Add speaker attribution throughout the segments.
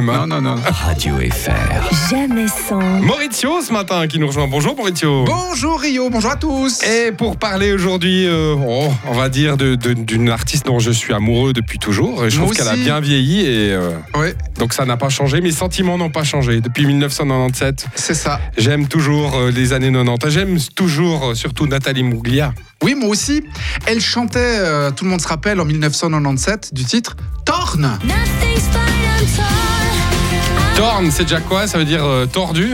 Speaker 1: Non, non, non.
Speaker 2: Radio FR.
Speaker 3: Jamais sans.
Speaker 1: Maurizio ce matin qui nous rejoint. Bonjour Maurizio.
Speaker 4: Bonjour Rio, bonjour à tous.
Speaker 1: Et pour parler aujourd'hui, euh, oh, on va dire, de- de- d'une artiste dont je suis amoureux depuis toujours. Et je
Speaker 4: Moi
Speaker 1: trouve qu'elle a
Speaker 4: aussi.
Speaker 1: bien vieilli et euh,
Speaker 4: Ouais,
Speaker 1: donc ça n'a pas changé. Mes sentiments n'ont pas changé. Depuis 1997,
Speaker 4: c'est ça.
Speaker 1: j'aime toujours euh, les années 90. J'aime toujours euh, surtout Nathalie Mouglia.
Speaker 4: Oui, moi aussi. Elle chantait, euh, tout le monde se rappelle, en 1997, du titre Torn.
Speaker 1: Torn, c'est déjà quoi Ça veut dire euh, tordu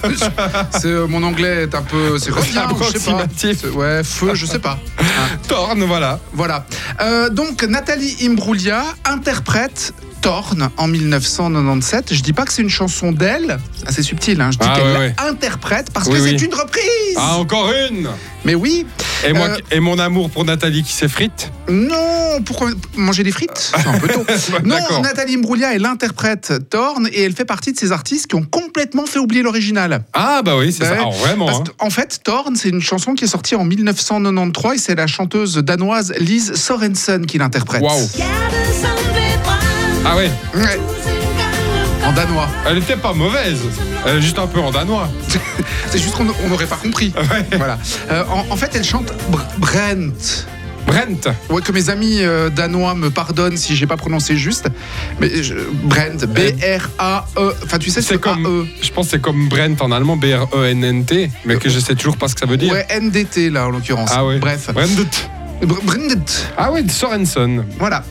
Speaker 4: C'est, euh, mon anglais est un peu. C'est revient, je sais pas.
Speaker 1: Approximatif.
Speaker 4: C'est- Ouais, feu, je sais pas. Hein,
Speaker 1: Torn, voilà.
Speaker 4: voilà. Euh, donc, Nathalie Imbruglia interprète. Torn en 1997. Je dis pas que c'est une chanson d'elle, assez subtil. Hein. Je dis
Speaker 1: Ah,
Speaker 4: qu'elle
Speaker 1: ouais, ouais.
Speaker 4: interprète parce
Speaker 1: Oui,
Speaker 4: que
Speaker 1: oui.
Speaker 4: c'est une reprise.
Speaker 1: Ah, encore une
Speaker 4: Mais oui.
Speaker 1: et, moi,
Speaker 4: Euh,
Speaker 1: qui- et mon amour pour Nathalie qui s'effrite
Speaker 4: Non, pourquoi manger des frites C'est un peu tôt.
Speaker 1: D'accord.
Speaker 4: non, Nathalie Imbruglia, elle interprète Torn et elle fait partie de ces artistes qui ont complètement fait oublier l'original.
Speaker 1: Ah, bah oui, c'est
Speaker 4: Ouais.
Speaker 1: ça. Alors, vraiment.
Speaker 4: Parce
Speaker 1: hein.
Speaker 4: qu'en fait, Torn, c'est une chanson qui est sortie en 1993 et c'est la chanteuse danoise Lise Sorensen qui l'interprète.
Speaker 1: Waouh. Ah, ouais.
Speaker 4: Ouais, En danois.
Speaker 1: Elle était pas mauvaise, elle est juste un peu en danois.
Speaker 4: C'est juste qu'on on n'aurait pas compris. Voilà. Euh, en, en fait, elle chante Br- Brent.
Speaker 1: Brent,
Speaker 4: Ouais, que mes amis euh, danois me pardonnent si j'ai pas prononcé juste. Mais je- Brent, B-R-A-E. E. Enfin, tu sais,
Speaker 1: c'est
Speaker 4: c'est E.
Speaker 1: comme,
Speaker 4: A-E.
Speaker 1: je pense que c'est comme Brent en allemand, E B-R-E-N-N-T, mais que je sais toujours pas ce que ça veut dire.
Speaker 4: Ouais, NDT là en l'occurrence.
Speaker 1: Ah ouais.
Speaker 4: Bref.
Speaker 1: Brent.
Speaker 4: Br- Brindt.
Speaker 1: Ah ouais, Sorensen.
Speaker 4: Voilà.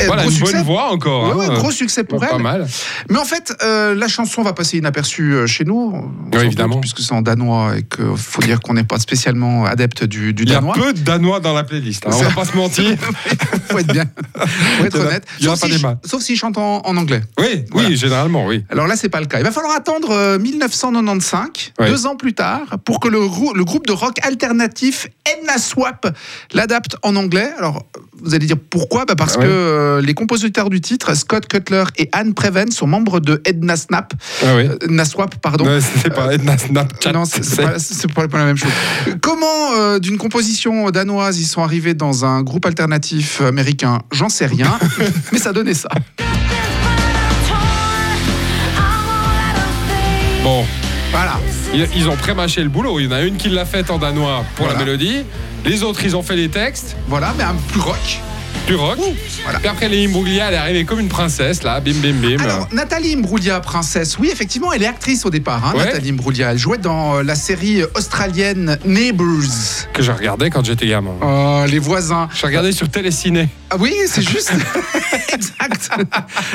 Speaker 4: Euh,
Speaker 1: Voilà,
Speaker 4: gros
Speaker 1: une
Speaker 4: succès.
Speaker 1: bonne voix encore.
Speaker 4: Ouais,
Speaker 1: hein.
Speaker 4: ouais, gros succès pour
Speaker 1: Pas
Speaker 4: elle.
Speaker 1: mal.
Speaker 4: Mais en fait, euh, la chanson va passer inaperçue euh, chez nous. On s'en
Speaker 1: évidemment.
Speaker 4: doute, Puisque c'est en danois et qu'il faut dire qu'on n'est pas spécialement adepte du, du
Speaker 1: Il y a
Speaker 4: danois.
Speaker 1: peu de danois dans la playlist, hein, on va
Speaker 4: Ça-
Speaker 1: pas se mentir.
Speaker 4: faut être bien. faut être
Speaker 1: Il y en a-
Speaker 4: honnête.
Speaker 1: il y en a
Speaker 4: Sauf
Speaker 1: pas
Speaker 4: si
Speaker 1: des
Speaker 4: je-
Speaker 1: masses.
Speaker 4: Sauf s'ils chantent en, en anglais.
Speaker 1: Oui,
Speaker 4: Voilà.
Speaker 1: oui, généralement, oui.
Speaker 4: Alors là, c'est pas le cas. Il va falloir attendre euh, 1995,
Speaker 1: Ouais.
Speaker 4: deux ans plus tard, pour que le, grou- le groupe de rock alternatif Edna Swap l'adapte en anglais. Alors, vous allez dire pourquoi Bah Parce
Speaker 1: Ah ouais.
Speaker 4: que euh, les compositeurs du titre, Scott Cutler et Anne Preven, sont membres de Edna Snap,
Speaker 1: Ah oui.
Speaker 4: euh, Edna Swap, pardon. Euh,
Speaker 1: Non, c'est pas Edna Snapchat.
Speaker 4: Non, c'est c'est pas, c'est pas- pas la même chose. Comment, euh, d'une composition danoise, ils sont arrivés dans un groupe alternatif américain J'en sais rien, mais ça donnait ça.
Speaker 1: Bon,
Speaker 4: Voilà.
Speaker 1: ils ils ont prémâché le boulot. Il y en a une qui l'a faite en danois pour la
Speaker 4: Voilà.
Speaker 1: mélodie. Les autres, ils ont fait les textes.
Speaker 4: Voilà, mais un plus rock.
Speaker 1: du rock.
Speaker 4: voilà.
Speaker 1: Puis après, les Imbruglia, elle est arrivée comme une princesse, là, bim bim bim. euh,
Speaker 4: Alors, Nathalie Imbruglia, princesse, oui, effectivement, elle est actrice au départ, hein,
Speaker 1: Ouais.
Speaker 4: Nathalie Imbruglia. Elle jouait dans euh, la série australienne Neighbours.
Speaker 1: que je regardais quand j'étais gamin.
Speaker 4: Euh, les voisins.
Speaker 1: Je regardais sur Téléciné.
Speaker 4: Ah oui, c'est juste. exact.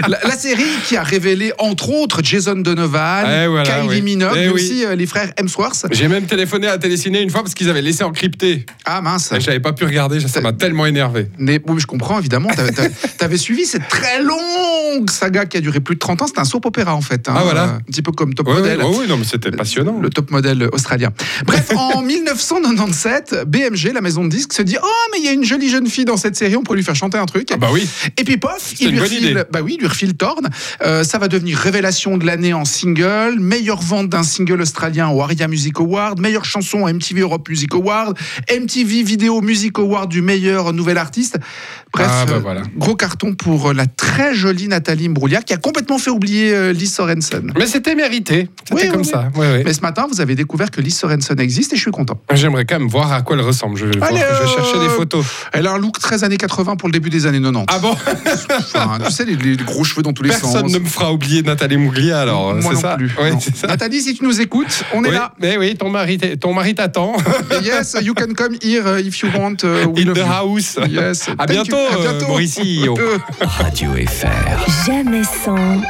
Speaker 4: La, la série qui a révélé, entre autres, Jason Donovan,
Speaker 1: Eh voilà,
Speaker 4: Kylie
Speaker 1: oui.
Speaker 4: Minogue,
Speaker 1: Eh
Speaker 4: mais
Speaker 1: oui.
Speaker 4: aussi euh, les frères Hemsworth.
Speaker 1: J'ai même téléphoné à Téléciné une fois parce qu'ils avaient laissé encrypté.
Speaker 4: Ah mince.
Speaker 1: Et j'avais pas pu regarder, ça m'a tellement énervé.
Speaker 4: Mais, oui, je comprends, évidemment. T'avais, t'avais- t'avais suivi cette très longue saga qui a duré plus de 30 ans. C'était un soap opéra, en fait. hein.
Speaker 1: Ah, voilà.
Speaker 4: Un petit peu comme Top
Speaker 1: Ouais, Oh, ouais,
Speaker 4: Model.
Speaker 1: ouais, ouais, non, mais c'était passionnant.
Speaker 4: Le top modèle australien. Bref, en 1997, BMG, la maison de disques, se dit Oh, mais il y a une jolie jeune fille dans cette série, on pourrait lui faire chanter un truc.
Speaker 1: Ah bah oui.
Speaker 4: Et puis, pof,
Speaker 1: une
Speaker 4: il lui,
Speaker 1: bonne idée.
Speaker 4: refile, bah oui, il lui refile Torn. Euh, ça va devenir révélation de l'année en single, meilleure vente d'un single australien au Aria Music Award, meilleure chanson à MTV Europe Music Award, MTV Video Music Award du meilleur nouvel artiste. Bref,
Speaker 1: Ah, bah
Speaker 4: euh,
Speaker 1: voilà.
Speaker 4: gros carton pour euh, la très jolie Nathalie Imbruglia qui a complètement fait oublier euh, Lee Sorensen.
Speaker 1: Mais c'était mérité. C'était
Speaker 4: Oui,
Speaker 1: comme
Speaker 4: oui,
Speaker 1: ça. Ouais, ouais.
Speaker 4: Mais ce matin, vous avez découvert que Lee Sorensen existe et je suis content.
Speaker 1: J'aimerais quand même voir à quoi elle ressemble. Je vais, voir-
Speaker 4: Allez,
Speaker 1: je vais
Speaker 4: euh,
Speaker 1: chercher des photos.
Speaker 4: Elle a un look très années 80 pour le début des années 90.
Speaker 1: Ah bon
Speaker 4: Enfin, tu sais, les, les gros cheveux dans tous les
Speaker 1: Personne
Speaker 4: sens.
Speaker 1: ne me fera oublier Nathalie Mouglia, alors.
Speaker 4: Moi
Speaker 1: c'est
Speaker 4: non
Speaker 1: ça.
Speaker 4: plus.
Speaker 1: Ouais,
Speaker 4: Non.
Speaker 1: c'est ça.
Speaker 4: Nathalie, si tu nous écoutes, on est
Speaker 1: Oui,
Speaker 4: là.
Speaker 1: Mais oui, ton mari t'- ton mari t'attend.
Speaker 4: Yes, you can come here uh, if you want. uh, we
Speaker 1: In
Speaker 4: love
Speaker 1: the
Speaker 4: you.
Speaker 1: house.
Speaker 4: Yes.
Speaker 1: À
Speaker 4: Thank you.
Speaker 1: bientôt, euh, Mauricio.
Speaker 2: Radio FR.
Speaker 3: Jamais sans.